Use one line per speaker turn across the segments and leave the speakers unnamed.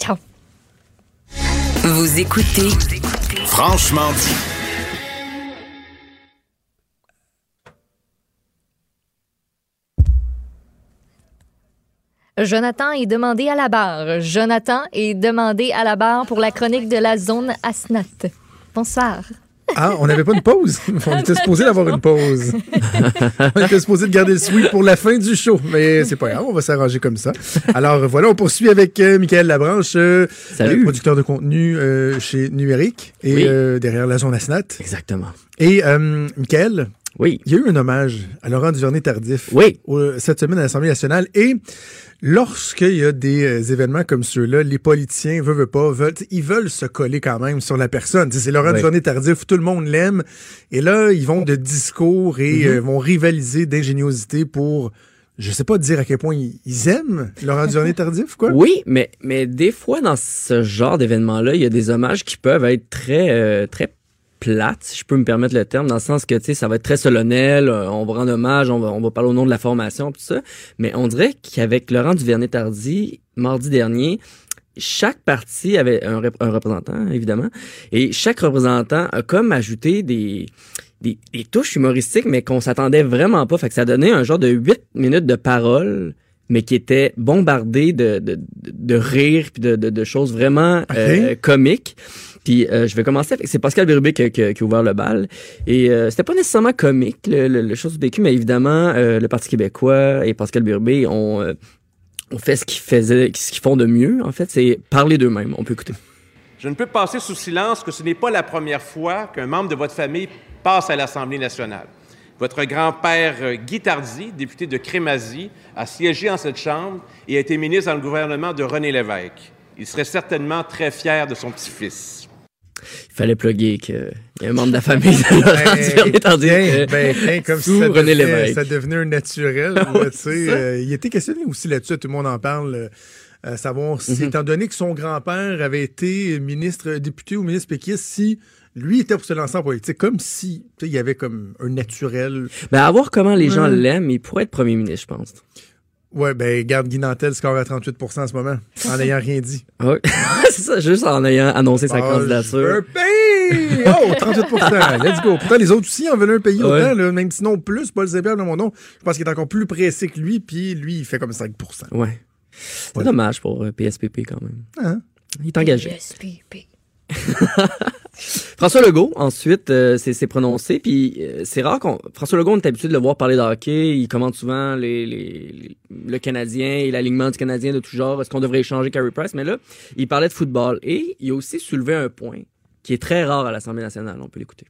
Ciao.
Vous écoutez
Franchement dit.
Jonathan est demandé à la barre. Jonathan est demandé à la barre pour la chronique de la zone Asnat. Bonsoir.
Ah, on n'avait pas une pause. On était supposé d'avoir une pause. On était supposé de garder le sweep pour la fin du show, mais c'est pas grave, on va s'arranger comme ça. Alors voilà, on poursuit avec euh, Michael Labranche, euh,
Salut.
euh, producteur de contenu euh, chez Numérique et
Oui.
euh, derrière la zone Asnat.
Exactement.
Et euh, Michael,
Oui.
il y a eu un hommage à Laurent Duvernay-Tardif
Oui.
au- cette semaine à l'Assemblée nationale et lorsqu'il y a des euh, événements comme ceux-là, les politiciens veulent, veulent pas, veulent, ils veulent se coller quand même sur la personne. Tu sais, C'est Laurent
Oui.
Duvernay Tardif, tout le monde l'aime et là, ils vont de discours et
Mm-hmm.
euh, vont rivaliser d'ingéniosité pour je sais pas dire à quel point ils, ils aiment Laurent Duvernay Tardif quoi.
Oui, mais, mais des fois, dans ce genre d'événement-là, il y a des hommages qui peuvent être très, euh, très plates, si je peux me permettre le terme, dans le sens que, tu sais, ça va être très solennel, euh, on va rendre hommage, on va, on va parler au nom de la formation, tout ça. Mais on dirait qu'avec Laurent Duvernay-Tardy, mardi dernier, chaque parti avait un, rep- un représentant, évidemment, et chaque représentant a comme ajouté des, des, des touches humoristiques, mais qu'on s'attendait vraiment pas. Fait que ça donnait un genre de 8 minutes de parole, mais qui était bombardé de, de, de- de rire puis de, de, de choses vraiment euh, comiques. Puis euh, je vais commencer avec... C'est Pascal Bérubé qui, a- qui a- qui a ouvert le bal. Et euh, c'était pas nécessairement comique, le, le, le chose du PQ, mais évidemment, euh, le Parti québécois et Pascal Bérubé ont... euh, ont fait ce qu'ils faisaient, ce qu'ils font de mieux, en fait, c'est parler d'eux-mêmes. On peut écouter.
Je ne peux passer sous silence que ce n'est pas la première fois qu'un membre de votre famille passe à l'Assemblée nationale. Votre grand-père euh, Guy Tardy, député de Crémazie, a siégé en cette Chambre et a été ministre dans le gouvernement de René Lévesque. Il serait certainement très fier de son petit-fils.
Il fallait plugger qu'il y a un membre de la famille de Laurent
Ben,
Duvernay, tandis
ben,
que-
ben, ben, comme si
sous
ça
René
devenait-
Lévesque.
ça devenait naturel. là,
Ouais,
tu sais,
c'est ça.
euh, il était questionné aussi là-dessus, tout le monde en parle. euh, à savoir si,
Mm-hmm.
étant donné que son grand-père avait été ministre, député ou ministre péquiste, si lui était pour se lancer en politique, comme si tu sais, il y avait comme un naturel.
Ben, à voir comment les gens
Ouais.
l'aiment, il pourrait être premier ministre, je pense.
Ouais, ben, garde Guy Nantel score à 38 en ce moment, en n'ayant rien dit.
Ah oui. c'est ça, juste en ayant annoncé sa
Ah, je veux
candidature.
payer! Oh, 38 Let's go. Pourtant, les autres aussi en veulent un pays
Ouais.
autant, là, même sinon plus. Paul Saint-Pierre, mon nom, je pense qu'il est encore plus pressé que lui, puis lui, il fait comme 5
Ouais. C'est
Ouais.
dommage pour euh, PSPP quand même.
Hein?
Il est engagé.
USPP.
François Legault, ensuite, euh, s'est s'est prononcé, puis euh, c'est rare qu'on... François Legault, on est habitué de le voir parler de hockey, il commente souvent les, les- les- le Canadien et l'alignement du Canadien de tout genre, est-ce qu'on devrait échanger Carey Price, mais là, il parlait de football, et il a aussi soulevé un point qui est très rare à l'Assemblée nationale, on peut l'écouter.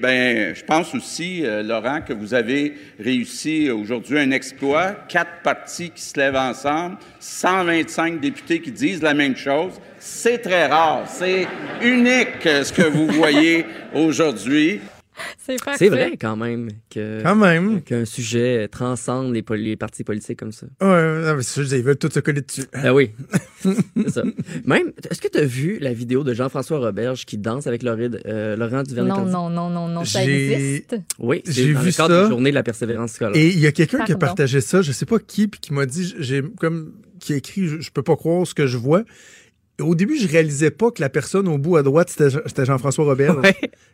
Ben, je pense aussi, euh, Laurent, que vous avez réussi aujourd'hui un exploit. Quatre partis qui se lèvent ensemble, 125 députés qui disent la même chose. C'est très rare. C'est unique euh, ce que vous voyez aujourd'hui.
C'est parfait.
C'est vrai quand même que...
Quand même.
Qu'un sujet transcende les, poli- les partis politiques comme ça.
Ouais, non, mais c'est juste, ils veulent tout se coller dessus.
Ben oui. c'est ça. Même, est-ce que tu as vu la vidéo de Jean-François Roberge qui danse avec Lauride, euh, Laurent duvernay
Non, non, non, non, non, ça
J'ai-
existe.
Oui, c'est
J'ai
dans
vu
le cadre
ça.
des journées de la persévérance scolaire.
Et il y a quelqu'un qui a
Pardon.
partagé ça, je sais pas qui, puis qui m'a dit, j- j'ai comme, qui a écrit, je, je peux pas croire ce que je vois. Au début, je réalisais pas que la personne au bout à droite, c'était Jean- c'était Jean-François Roberge,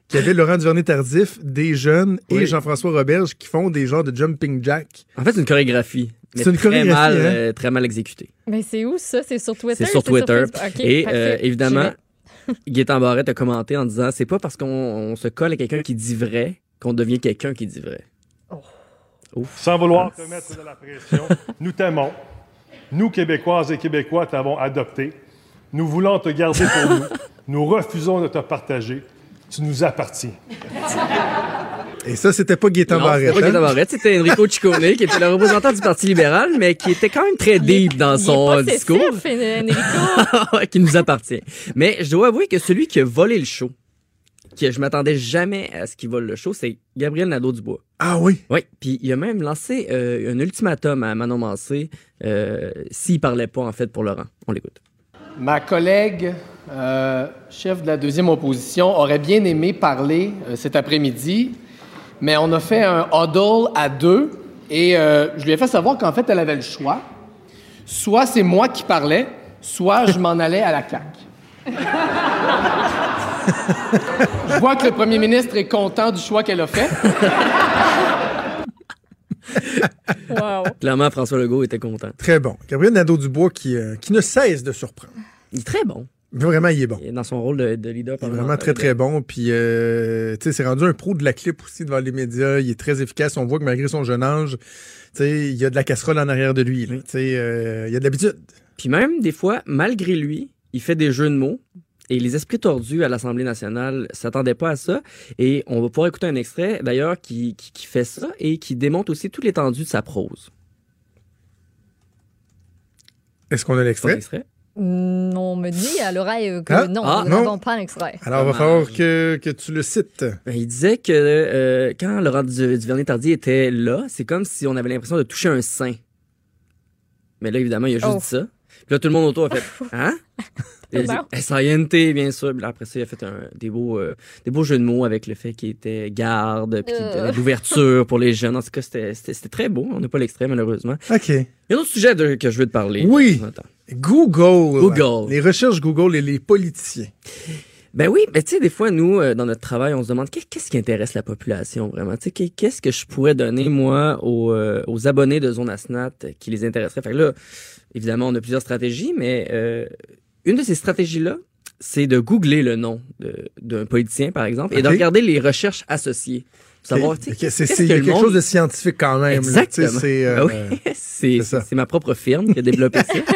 qui avait Laurent Duvernay-Tardif, des jeunes, et
Oui.
Jean-François Roberge qui font des genres de jumping jack.
En fait, c'est une chorégraphie. mais
C'est une
très mal,
chorégraphie, hein?
euh, très mal exécutée.
Mais c'est où ça? C'est sur Twitter?
C'est sur Twitter.
Facebook? OK,
Et
parfait.
euh,
J'y
évidemment,
vais.
Gaétan Barrette a commenté en disant c'est pas parce qu'on on se colle à quelqu'un qui dit vrai qu'on devient quelqu'un qui dit vrai.
Sans vouloir te mettre de la pression, nous t'aimons. Nous, Québécoises et Québécois, t'avons adopté. Nous voulons te garder pour nous. Nous refusons de te partager. Tu nous appartiens.
Et ça, c'était pas Gaétan
Non, c'est
Barrette.
pas Gaétan
hein?
Barrette, c'était Enrico Ciccone, qui était le représentant du Parti libéral, mais qui était quand même très deep
Il
dans
est
son euh,
possessif,
discours.
Enrico.
qui nous appartient. Mais je dois avouer que celui qui a volé le show, que je m'attendais jamais à ce qu'il vole le show, c'est Gabriel Nadeau-Dubois.
Ah oui.
Oui, puis il a même lancé euh, un ultimatum à Manon Mancé euh, s'il parlait pas, en fait, pour Laurent. On l'écoute.
Ma collègue, euh, chef de la deuxième opposition, aurait bien aimé parler euh, cet après-midi, mais on a fait un huddle à deux et euh, je lui ai fait savoir qu'en fait, elle avait le choix. Soit c'est moi qui parlais, soit je m'en allais à la CAQ. je vois que le premier ministre est content du choix qu'elle a fait.
Wow.
Clairement, François Legault était content.
Très bon. Gabriel Nadeau-Dubois qui, euh, qui ne cesse de surprendre.
Il est très bon.
Vraiment, il est bon.
Il est dans son rôle de, de leader.
Il est vraiment très, très bon. Puis, euh, tu sais, c'est rendu un pro de la clip aussi devant les médias. Il est très efficace. On voit que malgré son jeune âge, tu sais, il y a de la casserole en arrière de lui. là. Tu sais, euh, il y a de l'habitude.
Puis même, des fois, malgré lui, il fait des jeux de mots. Et les esprits tordus à l'Assemblée nationale s'attendaient pas à ça. Et on va pouvoir écouter un extrait, d'ailleurs, qui, qui, qui fait ça et qui démontre aussi toute l'étendue de sa prose.
Est-ce qu'on a
Pas
l'extrait?
d'extrait?
Mm, On me dit à l'oreille euh, que
Ah,
non,
ah,
nous
non.
n'avons pas un extrait.
Alors, il va
Dommage.
falloir que, que tu le cites.
Ben, il disait que euh, quand Laurent Du- Duvernay-Tardy était là, c'est comme si on avait l'impression de toucher un sein. Mais là, évidemment, il a juste
Oh.
dit ça. Puis là, tout le monde autour a fait « Hein? » Il a dit
Non.
« S.I.N.T. », bien sûr. Puis là, après ça, il a fait un- des, beaux, euh, des beaux jeux de mots avec le fait qu'il était garde, puis qu'il
Euh.
donnait de l'ouverture pour les jeunes. En tout cas, c'était c'était- c'était très beau. On n'a pas l'extrait, malheureusement.
OK.
Il y a un autre sujet de- que je veux te parler.
Oui.
Attends.
Google.
Google.
Les recherches Google et les politiciens.
Ben oui, mais tu sais, des fois, nous, euh, dans notre travail, on se demande qu'est- qu'est-ce qui intéresse la population vraiment. Tu sais, qu'est- qu'est-ce que je pourrais donner, moi, aux, euh, aux abonnés de Zone Asnat euh, qui les intéresserait. Fait que là, évidemment, on a plusieurs stratégies, mais euh, une de ces stratégies-là, c'est de googler le nom de- d'un politicien, par exemple, et de
Ok.
regarder les recherches associées. Pour savoir, tu sais,
Ok, c'est-
qu'est-ce
c'est
que le
quelque
monde-
chose de scientifique quand même. là. Tu sais,
Exactement.
C'est euh,
Ah oui, c'est
c'est ça.
c'est ma propre firme qui a développé ça.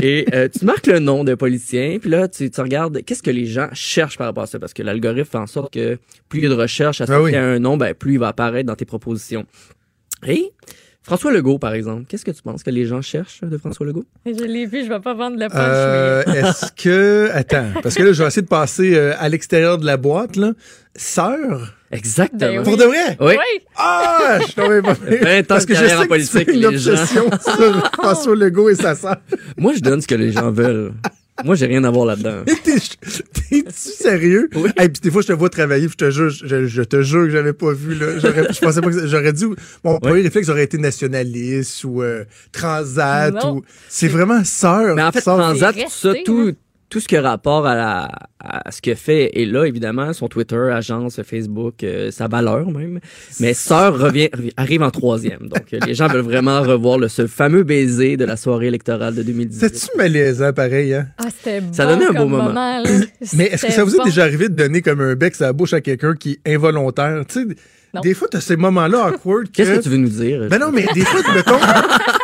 Et euh, tu marques le nom d'un politicien, puis là, tu, tu regardes qu'est-ce que les gens cherchent par rapport à ça, parce que l'algorithme fait en sorte que plus il y a de recherche associée
Ah oui.
à un nom, ben, plus il va apparaître dans tes propositions. Et François Legault, par exemple, qu'est-ce que tu penses que les gens cherchent de François Legault?
Je l'ai vu, je vais pas vendre le punch,
euh, Est-ce que... Attends, parce que là, je vais essayer de passer euh, à l'extérieur de la boîte. là. Sœur?
Exactement.
Ben
Pour de vrai?
oui.
mais... Oui!
Ah! Je suis tombé pas pire.
Vingt ans de
Parce que je
carrière en
sais que tu
politique,
fais une
les gens.
obsession sur François Legault et sa sœur.
Moi, je donne ce que les gens veulent. Moi, j'ai rien à voir là-dedans.
Mais t'es- T'es-tu sérieux?
Oui.
Et puis des fois, je te vois travailler, puis je te jure, je, je te jure que j'avais pas vu, là. J'aurais- Je pensais pas que ça- j'aurais dû. Mon premier réflexe aurait été nationaliste ou euh, transat
Non.
ou. C'est vraiment sœur.
Mais en fait,
sœur.
Transat,
C'est
tout ça,
resté,
tout, tout ce qui a rapport à, la- à ce que fait est là, évidemment, son Twitter, agence, Facebook, euh, sa valeur même. Mais Sœur revient, revient- arrive en troisième. Donc, euh, les gens veulent vraiment revoir le, ce fameux baiser de la soirée électorale de 2018.
C'est-tu malaisant, pareil, hein?
Ah, c'était bon
Ça donnait un beau
comme
moment.
là.
Mais est-ce que
C'était
ça vous est
bon.
déjà arrivé de donner comme un bec à la bouche à quelqu'un qui est involontaire? Tu sais,
Non.
des fois, t'as ces moments-là awkward
Qu'est-ce que tu veux nous dire?
Ben non, mais des fois, tu mettons.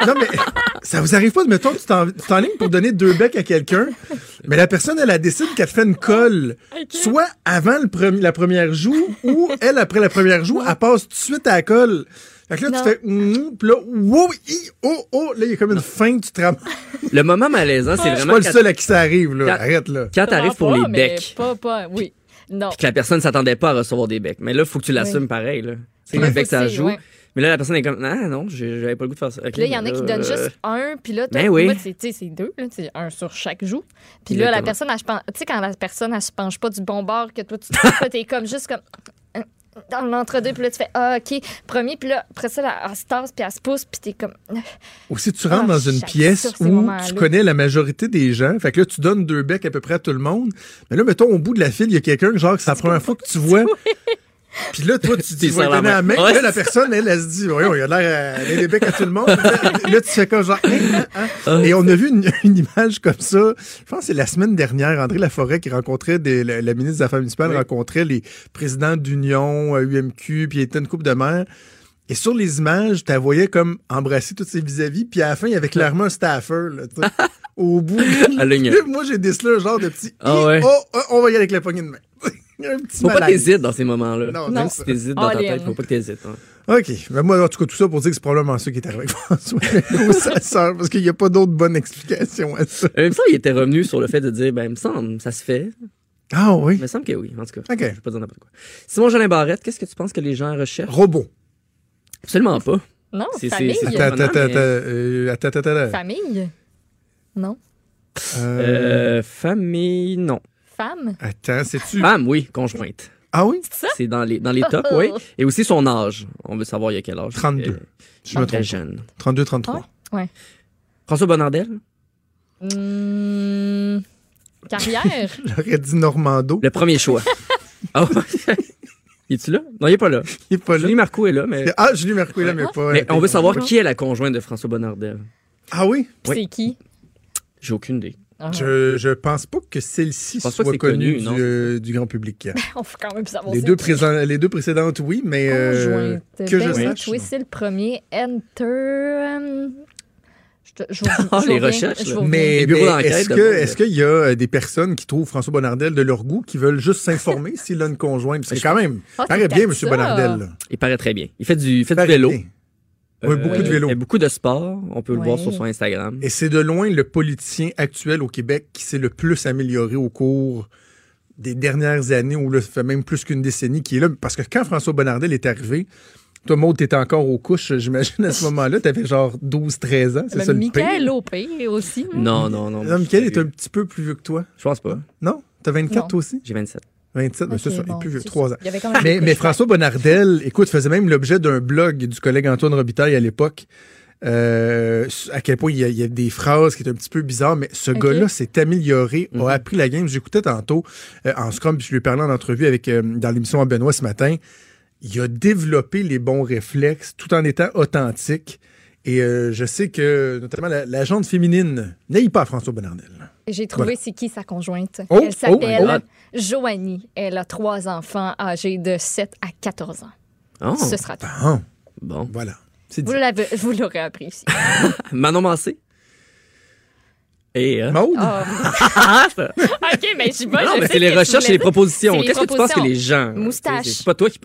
non, mais ça vous arrive pas, de mettons, tu t'en- tu t'enlignes pour donner deux becs à quelqu'un, mais la personne, elle, elle décide qu'elle te fait une colle. Soit avant le premi- la première joue, ou elle, après la première joue, elle passe tout de suite à la colle. Fait que là,
Non.
tu fais. mm, Puis là, wow, hi, oh, oh, là, il y a comme une fin que tu te ramasses.
Le moment malaisant, c'est
Je suis
vraiment
pas le
quand,
seul à qui ça arrive, là.
Quatre.
Arrête, là.
quand t'arrives pour les
Pas, mais
becs.
Pas, pas, oui. Non.
Puis que la personne s'attendait pas à recevoir des becs. Mais là, faut que tu l'assumes pareil. Là. C'est le bec, ça
aussi,
joue.
ouais.
Mais là, la personne est comme, ah non, j'ai- j'avais pas le goût de faire ça. Ok,
Puis là, il y en a
mais
qui
là,
donnent
euh,
juste un, puis là, t'as-
Ben oui.
moi, c'est tu sais, c'est deux, là, c'est un sur chaque joue. Puis là, la personne,
Exactement.
elle se penche- tu sais, quand la personne, elle se penche pas du bon bord que toi, tu là, t'es comme juste comme euh, dans l'entre-deux, puis là, tu fais ah, OK, premier, puis là, après ça, là, elle se tasse, puis elle se pousse, puis t'es comme euh,
Ou si tu rentres
Ah,
dans une
chaque-
pièce
sur ces
où
moments-là.
tu connais la majorité des gens, fait que là, tu donnes deux becs à peu près à tout le monde. Mais là, mettons, au bout de la file, il y a quelqu'un, que, genre, que c'est la première fois que tu vois. Puis là, toi, tu dis,
Il
vas
serre
lui
la
donner la main.
main.
Puis Là,
Ouais.
la personne, elle, elle se dit, voyons, il a l'air à donner des becs à tout le monde. là, là, tu fais comme genre, hein, hein,
Ah.
hein. Et on a vu une, une image comme ça. Je pense que c'est la semaine dernière, André Laforêt qui rencontrait des- la, la ministre des Affaires municipales, rencontrait les présidents d'Union, euh, UMQ, puis il était une coupe de mer. Et sur les images, tu la voyais comme embrasser tous ses vis-à-vis, puis à la fin, il y avait clairement un staffer, là, tu sais. au bout.
À l'oignon.
Moi, j'ai décelé un genre de petit
Ah
Hi,
ouais.
oh, oh, on va y aller avec la poignée de main. un petit
Faut pas
malaise.
t'hésites dans ces moments-là.
Non,
Même
non.
si t'hésites dans ta
All in.
tête, faut pas que t'hésites. hein.
OK. Mais moi, en tout cas, tout ça pour dire que c'est probablement ça qui est arrivé avec François Legault, sa sœur, parce qu'il n'y a pas d'autre bonne explication à ça.
Euh, il me semble qu'il était revenu sur le fait de dire, ben, il me semble, ça se fait.
Ah oui.
Il me semble que oui, en tout cas.
OK.
Je vais pas dire n'importe quoi. Simon Jolin Barrette, qu'est-ce que tu penses que les gens recherchent?
Robot.
Absolument pas.
non,
C'est- c'est-
famille,
c'est-
Attends, attends,
Surprenant,
attends,
mais-
attends, euh, attends, attends, attends.
famille, non,
Euh,
Euh, famille, non.
femme,
Attends, c'est-tu...
Femme, oui, conjointe.
Ah oui?
C'est dans les, dans les tops, oui. Et aussi son âge. On veut savoir il y a quel âge.
32.
Euh, Ah.
Je me
très
trompe.
jeune.
32, 33.
ouais,
François Bonnardel?
Hum, carrière?
J'aurais dit Normando.
Le premier choix. oh. Il est-tu là? Non, il est pas là.
Il est pas là.
Julie Marcoux est là, mais.
Ah, Julie Marcoux est là, mais pas. euh,
Mais on veut savoir qui est la conjointe de François Bonnardel.
Ah oui?
Puis C'est qui?
J'ai aucune idée.
Je, je pense pas que celle-ci
Je pense pas
soit
que c'est
connue
connu,
du,
non.
euh, du grand public.
On faut quand même savoir
Les
c'est Oh,
deux,
qui.
présent- les deux précédentes, oui, mais euh,
Conjointe.
que je
Ben,
sache.
Oui, c'est le premier. Enter. euh, je te- je vous-
Ah,
je
les
reviens,
recherches,
je
là.
vous reviens.
Les
Mais,
bureaux
mais
d'enquête
est-ce que-
demandent-
est-ce qu'il y a euh, des personnes qui trouvent François Bonnardel de leur goût, qui veulent juste s'informer s'il a une conjointe? C'est quand même,
Ah, c'est
paraît bien,
quatre,
M.
ça.
Bonnardel. là.
Il paraît très bien. Il fait du, il fait du
Paraît
vélo. Euh,
bien. Oui, beaucoup de vélo.
Il fait beaucoup de sport. On peut le voir
Ouais.
sur son Instagram.
Et c'est de loin le politicien actuel au Québec qui s'est le plus amélioré au cours des dernières années, ou là, ça fait même plus qu'une décennie qui est là. Parce que quand François Bonnardel est arrivé, toi, Maud, t'étais encore aux couches, j'imagine, à ce moment-là. T'avais genre 12-13 ans, c'est
Mais
ça
Ben,
le
Michael
pire?
Lopé aussi. hein?
Non, non, non.
Non, Michael est un petit peu plus vieux que toi.
Je pense pas.
Non? T'as 24
Non.
toi aussi?
J'ai 27.
27, mais
Ok,
c'est ça, il est
bon,
plus vieux,
c'est
3
ça.
ans.
Il y avait quand même
Mais,
quelques
mais François Bonnardel, écoute, faisait même l'objet d'un blog du collègue Antoine Robitaille à l'époque. euh, à quel point il y, a, il y a des phrases qui étaient un petit peu bizarres, mais ce gars-là s'est amélioré,
Mhm.
a appris la game. J'écoutais tantôt euh, en Scrum, puis je lui parlais en entrevue avec, euh, dans l'émission à Benoît ce matin. Il a développé les bons réflexes tout en étant authentique. Et euh, je sais que, notamment, la, la gente féminine n'aille pas François Bonnardel.
J'ai trouvé
Voilà.
c'est qui sa conjointe.
Oh, oh,
Elle s'appelle
God.
Joanie. Elle a trois enfants âgés de 7 à 14 ans.
Oh,
Ce sera tout.
Ah,
bon.
voilà. C'est dit.
Vous l'avez- vous l'aurez appris ici.
Manon Massé. Et, euh,
Maude?
Ah, OK, mais je sais pas.
Ah, non,
je
mais
sais ce
c'est les
que tu
recherches et les
voulais
propositions.
C'est les
Qu'est-ce que tu penses que les
propositions.
gens. euh,
Moustache.
C'est c'est pas toi qui.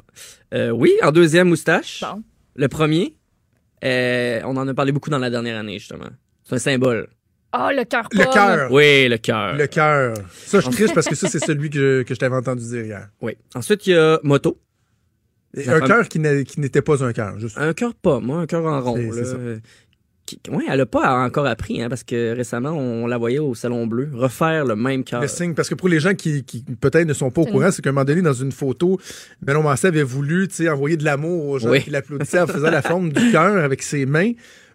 Euh, oui, en deuxième, moustache.
Bon.
Le premier, euh, on en a parlé beaucoup dans la dernière année, justement. C'est un symbole.
Ah, le cœur
Le
pomme.
cœur.
Oui, le cœur.
Le cœur. Ça, je triche parce que ça, c'est celui que, que je t'avais entendu dire hier.
Oui. Ensuite, il y a moto.
Et
La
un
femme-
cœur qui n'a- qui n'était pas un cœur, juste.
Un cœur pas, moi, un cœur en rond.
C'est- c'est
là.
ça.
Euh, qui- ouais, elle a pas encore appris, hein, parce que récemment, on la voyait au Salon Bleu refaire le même cœur.
Le signe, parce que pour les gens qui, qui peut-être ne sont pas au
Mm.
courant, c'est qu'à un moment donné, dans une photo, Manon Massé avait voulu tu sais, envoyer de l'amour aux gens
Oui.
qui l'applaudissaient en faisant la forme du cœur avec ses mains.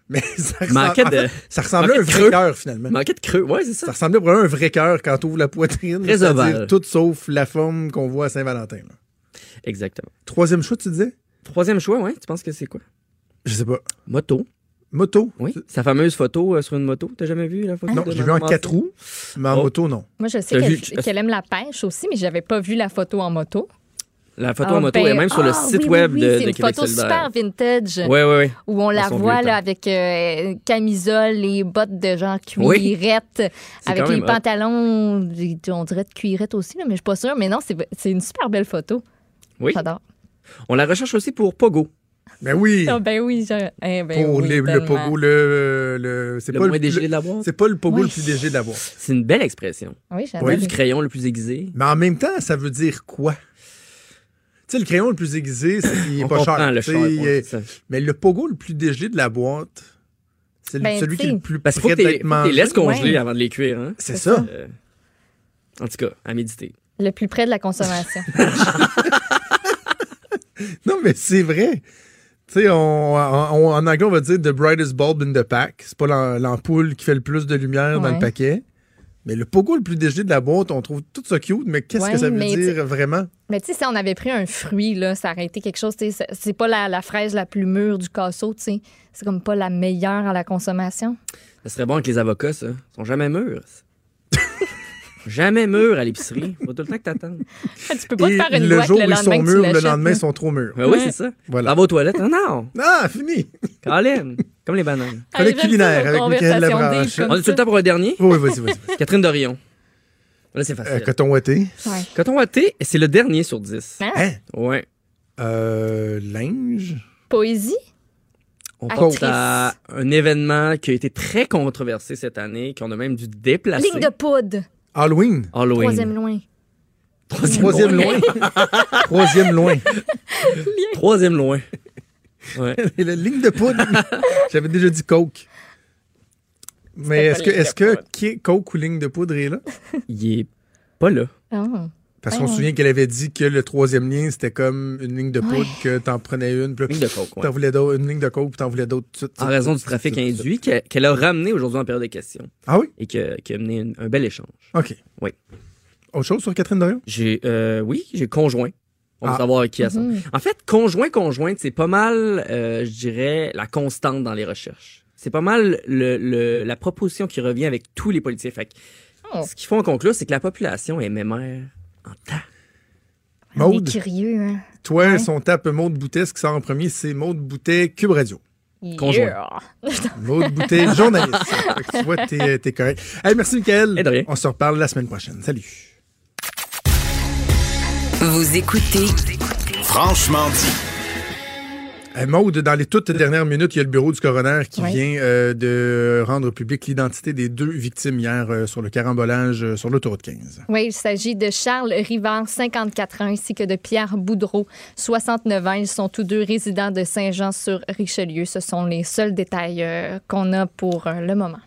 Mais ça, ressemble-
Manquait
en
de-
fait, ça ressemblait à un
manquait de
vrai
creux.
cœur, finalement.
Manquait de creux. Ouais, c'est ça.
Ça ressemblait vraiment à un vrai cœur quand on ouvre la poitrine.
Très
C'est-à-dire
ovale.
tout sauf la forme qu'on voit à Saint-Valentin. là.
Exactement.
Troisième choix, tu disais?
Troisième choix, ouais, tu penses que c'est quoi?
Je sais pas.
Moto.
Moto?
Oui. Sa fameuse photo euh, sur une moto. T'as jamais vu la photo?
Non,
de
j'ai vu
Manon
en
Massé?
quatre roues, mais en
Oh.
moto, non.
Moi, je sais
T'as
qu'elle
vu- tu-
qu'elle aime la pêche aussi, mais j'avais pas vu la photo en moto.
La photo
Ah,
en moto
ben,
est même sur le
ah,
site
oui,
web
oui, oui,
de,
C'est
de
une
Québec
photo super
solidaire.
vintage
Ouais, ouais, ouais.
où on la
son
voit
vieux
là,
temps.
avec euh, camisole, les bottes de genre
Oui.
cuirette,
C'est
avec
quand
les
même hot.
pantalons, des- on dirait de cuirette aussi, là, mais je suis pas sûre. Mais non, c'est c'est une super belle photo.
Oui.
J'adore.
On la recherche aussi pour Pogo.
Mais oui!
Ah, ben oui, je- eh, ben
pour
oui,
les- le
tellement.
pogo, le, le- c'est
Le
pas
moins léger
le-
de la boîte.
c'est pas le pogo
Oui.
le plus léger d'avoir.
C'est une belle expression.
Oui, j'adore.
Oui. Du crayon le plus aiguisé.
Mais en même temps, ça veut dire quoi? Tu sais, le crayon le plus aiguisé, c'est- il est
On
pas
comprend
cher.
le
tu sais,
cher,
il
ouais,
est-
c'est ça.
mais le pogo le plus léger de la boîte, c'est le-
Ben,
celui qui
tu
est
sais.
le plus
Parce qu'il faut
près
que t'es-
d'être
faut que t'es
mangé.
laisses congeler
Ouais.
avant de les cuire. Hein?
C'est ça.
Euh, en tout cas, à méditer.
Le plus près de la consommation.
Non, mais c'est vrai. Tu sais, on- on- on- en anglais, on va dire the brightest bulb in the pack. C'est pas l'am- l'ampoule qui fait le plus de lumière dans
Ouais.
le paquet. Mais le pogo le plus léger de la boîte, on trouve tout ça cute, mais qu'est-ce
Ouais,
que ça veut
mais tu-
dire vraiment?
Mais tu sais, si on avait pris un fruit, là, ça aurait été quelque chose. tu sais, C'est c'est pas la, la fraise la plus mûre du casseau, tu sais. C'est comme pas la meilleure à la consommation.
Ça serait bon avec les avocats, ça. Ils sont jamais mûrs. jamais mûrs à l'épicerie. Faut tout le temps que t'attendes.
tu peux pas te
Et
faire une
le
boîte
jour
le
où ils
lendemain
sont
que tu
mûrs, le
l'achètes,
lendemain,
là.
ils sont trop mûrs.
Ben oui, c'est ça.
Voilà.
Dans vos toilettes. Ah non,
Ah, fini!
Colin. Comme les bananes.
Chronique
Allez, j'aime
culinaire
ça,
avec
nos
Michael
conversations
Labranche.
deep comme
On est tout le temps pour le dernier.
Oui, vas-y, vas-y.
Catherine Dorion. Là, c'est facile.
Euh, coton ouaté.
ça. Ouais.
Coton watté, c'est le dernier sur 10.
Hein?
Hein?
Ouais.
Euh, linge.
Poésie?
On
Actrice.
passe à un événement qui a été très controversé cette année, qu'on a même dû déplacer.
Ligne de poudre.
Halloween.
Halloween.
Troisième loin.
Troisième
Troisième
loin.
loin. Troisième loin.
Troisième loin. Ouais.
Et la ligne de poudre. J'avais déjà dit Coke.
C'était
Mais est-ce que,
pas ligne de
est-ce que
poudre.
qui- Coke ou ligne de poudre est là?
Il est pas là.
Ah.
Parce qu'on se souvient qu'elle avait dit que le troisième lien, c'était comme une ligne de poudre, que t'en prenais une. Puis
Ligne de coke, ouais.
T'en voulais d'autres, une ligne de coke, puis t'en voulais d'autres. tout de suite,
en
tout de
raison du
suite,
trafic
tout de suite.
induit qu'elle qu'elle a ramené aujourd'hui en période de questions
Ah oui?
et que- qui a mené une- un bel échange.
OK.
Oui.
Autre chose sur Catherine Dorion?
J'ai, euh, oui, j'ai conjoint. On va
Ah.
savoir à qui elle semble.
Mm-hmm. Hmm.
En fait, conjoint conjointe, c'est pas mal, euh, je dirais, la constante dans les recherches. C'est pas mal le, le- la proposition qui revient avec tous les policiers. Fait que
Oh.
ce qu'il faut en conclure, c'est que la population est mémère en temps.
On est
Maude.
curieux, hein?
Toi,
Ouais.
son tape Maude Boutet, ce qui sort en premier, c'est Maude Boutet, Cube Radio.
Conjoint.
Yeah.
Maude Boutet, journaliste. Fait que tu vois, t'es, t'es correct. Hey, merci, Michael.
Eh, de rien.
On se reparle la semaine prochaine. Salut.
Vous écoutez
Franchement dit.
Euh, Maude, dans les toutes dernières minutes, il y a le bureau du coroner qui
Oui.
vient euh, de rendre public l'identité des deux victimes hier euh, sur le carambolage euh, sur l'autoroute 15.
Oui, il s'agit de Charles Rivard, 54 ans, ainsi que de Pierre Boudreau, 69 ans. Ils sont tous deux résidents de Saint-Jean-sur-Richelieu. Ce sont les seuls détails euh, qu'on a pour euh, le moment.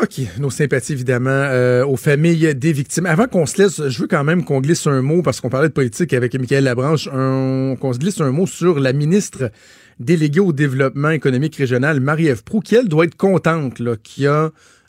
OK. Nos sympathies, évidemment, euh, aux familles des victimes. Avant qu'on se laisse, je veux quand même qu'on glisse un mot, parce qu'on parlait de politique avec Michael Labranche, un- qu'on se glisse un mot sur la ministre déléguée au développement économique régional, Marie-Ève Proux, qui, elle, doit être contente là, qu'il y a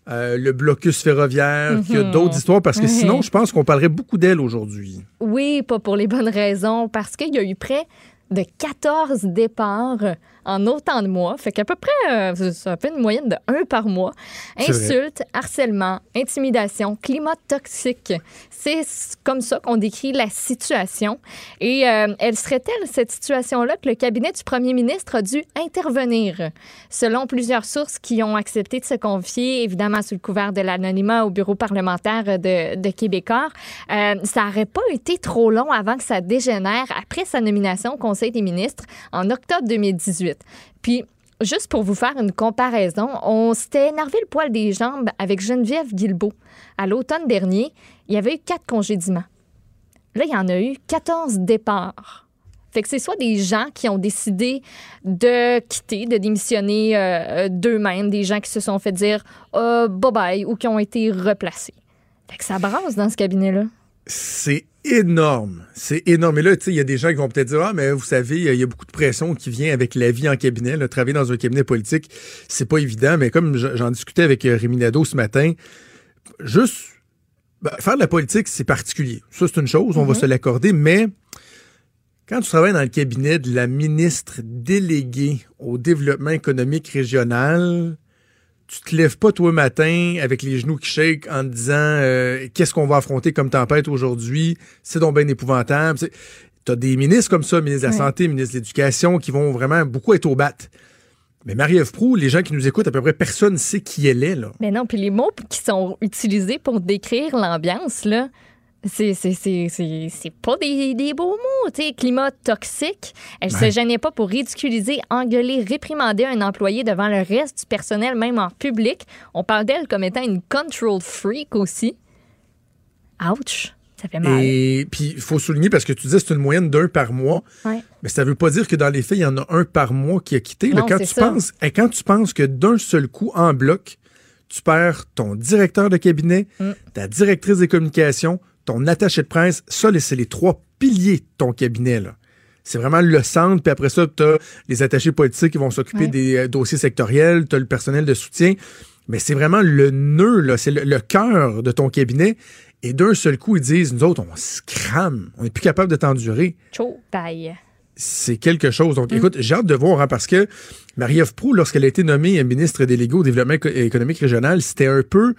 euh, le blocus ferroviaire, qu'il y a d'autres histoires, parce que
Ouais.
sinon, je pense qu'on parlerait beaucoup d'elle aujourd'hui.
Oui, pas pour les bonnes raisons, parce qu'il y a eu près de 14 départs en autant de mois. Fait qu'à peu près, euh, c'est- c'est un peu une moyenne de un par mois.
C'est vrai.
Insultes, harcèlement, intimidation, climat toxique. C'est s- comme ça qu'on décrit la situation. Et euh, elle serait-elle, cette situation-là, que le cabinet du premier ministre a dû intervenir? Selon plusieurs sources qui ont accepté de se confier, évidemment sous le couvert de l'anonymat au bureau parlementaire de, de Québécois, euh, ça n'aurait pas été trop long avant que ça dégénère après sa nomination au Conseil des ministres en octobre 2018. Puis, juste pour vous faire une comparaison, on s'était énervé le poil des jambes avec Geneviève Guilbeault. À l'automne dernier, il y avait eu quatre congédiements. Là, il y en a eu 14 départs. Fait que c'est soit des gens qui ont décidé de quitter, de démissionner euh, euh, d'eux-mêmes, des gens qui se sont fait dire euh, bye bye ou qui ont été replacés. Fait que ça brasse dans ce cabinet-là.
C'est énorme. C'est énorme. Et là, tu sais, il y a des gens qui vont peut-être dire Ah, mais vous savez, il y a beaucoup de pression qui vient avec la vie en cabinet. Là, travailler dans un cabinet politique, c'est pas évident. Mais comme je- j'en discutais avec euh, Rémi Nadeau ce matin, juste ben, faire de la politique, c'est particulier. Ça, c'est une chose, on va se l'accorder, mais quand tu travailles dans le cabinet de la ministre déléguée au développement économique régional, tu te lèves pas toi matin avec les genoux qui shake en te disant euh, qu'est-ce qu'on va affronter comme tempête aujourd'hui, c'est donc bien épouvantable. C'est- T'as des ministres comme ça, ministre de la
Ouais.
Santé, ministre de l'Éducation, qui vont vraiment beaucoup être au bat. Mais Marie-Ève Proulx, les gens qui nous écoutent, à peu près personne sait qui elle est, là.
Mais non, puis les mots qui sont utilisés pour décrire l'ambiance, là, c'est, c'est, c'est, c'est, c'est pas des, des beaux mots. tu sais, climat toxique. Elle
Ouais.
se gênait pas pour ridiculiser, engueuler, réprimander un employé devant le reste du personnel, même en public. On parle d'elle comme étant une control freak aussi. Ouch! Ça fait mal.
Et puis, il faut souligner, parce que tu dis c'est une moyenne d'un par mois,
Ouais.
mais ça veut pas dire que dans les faits, il y en a un par mois qui a quitté. là.
Non,
quand,
c'est
tu
ça.
penses, et quand tu penses que d'un seul coup, en bloc, tu perds ton directeur de cabinet,
Mm.
ta directrice des communications, ton attaché de presse, ça, là, c'est les trois piliers de ton cabinet. là. C'est vraiment le centre, puis après ça, tu as les attachés politiques qui vont s'occuper
Ouais.
des euh, dossiers sectoriels, tu as le personnel de soutien, mais c'est vraiment le nœud, là, c'est le, le cœur de ton cabinet. Et d'un seul coup, ils disent, nous autres, on se crame, on n'est plus capable de t'endurer
Chaud, bye.
c'est quelque chose. Donc, écoute, j'ai hâte de voir, hein, parce que Marie-Ève Proulx, lorsqu'elle a été nommée euh, ministre déléguée au développement éco- économique régional, c'était un peu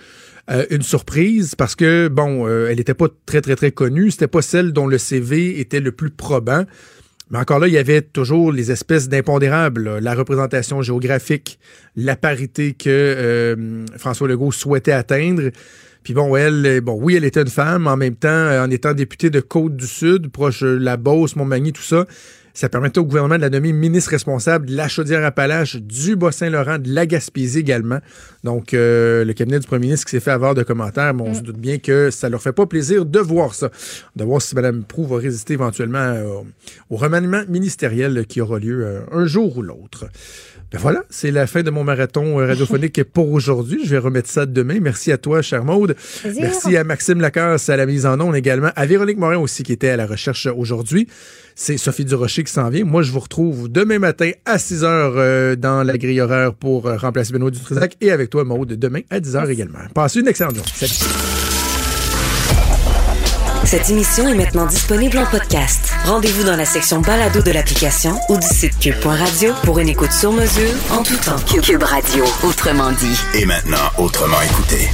euh, une surprise parce que, bon, euh, elle n'était pas très, très, très connue. C'était pas celle dont le CV était le plus probant. Mais encore là, il y avait toujours les espèces d'impondérables, là. la représentation géographique, la parité que euh, François Legault souhaitait atteindre. Puis bon, elle, euh, bon, oui, elle était une femme, en même temps, euh, en étant députée de Côte-du-Sud, proche euh, la Beauce, Montmagny, tout ça, Ça permettait au gouvernement de la nommer ministre responsable de la Chaudière-Appalaches, du Bas-Saint-Laurent, de la Gaspésie également. Donc, euh, le cabinet du premier ministre qui s'est fait avoir de commentaires, mais on mm. se doute bien que ça leur fait pas plaisir de voir ça. De voir si Mme Proux va résister éventuellement euh, au remaniement ministériel qui aura lieu euh, un jour ou l'autre. Ben voilà, c'est la fin de mon marathon euh, radiophonique pour aujourd'hui. Je vais remettre ça demain. Merci à toi, cher Maude. Merci à Maxime Lacasse à la mise en onde également, à Véronique Morin aussi qui était à la recherche aujourd'hui. C'est Sophie Durocher qui s'en vient. Moi, je vous retrouve demain matin à 6 h euh, dans la grille horaire pour euh, remplacer Benoît Dutrisac et avec toi, Maude, demain à 10 h également. Passez une excellente journée. Salut.
Cette émission est maintenant disponible en podcast. Rendez-vous dans la section balado de l'application ou du site cube.radio pour une écoute sur mesure en tout temps. Cube Radio, autrement dit.
Et maintenant, autrement écouté.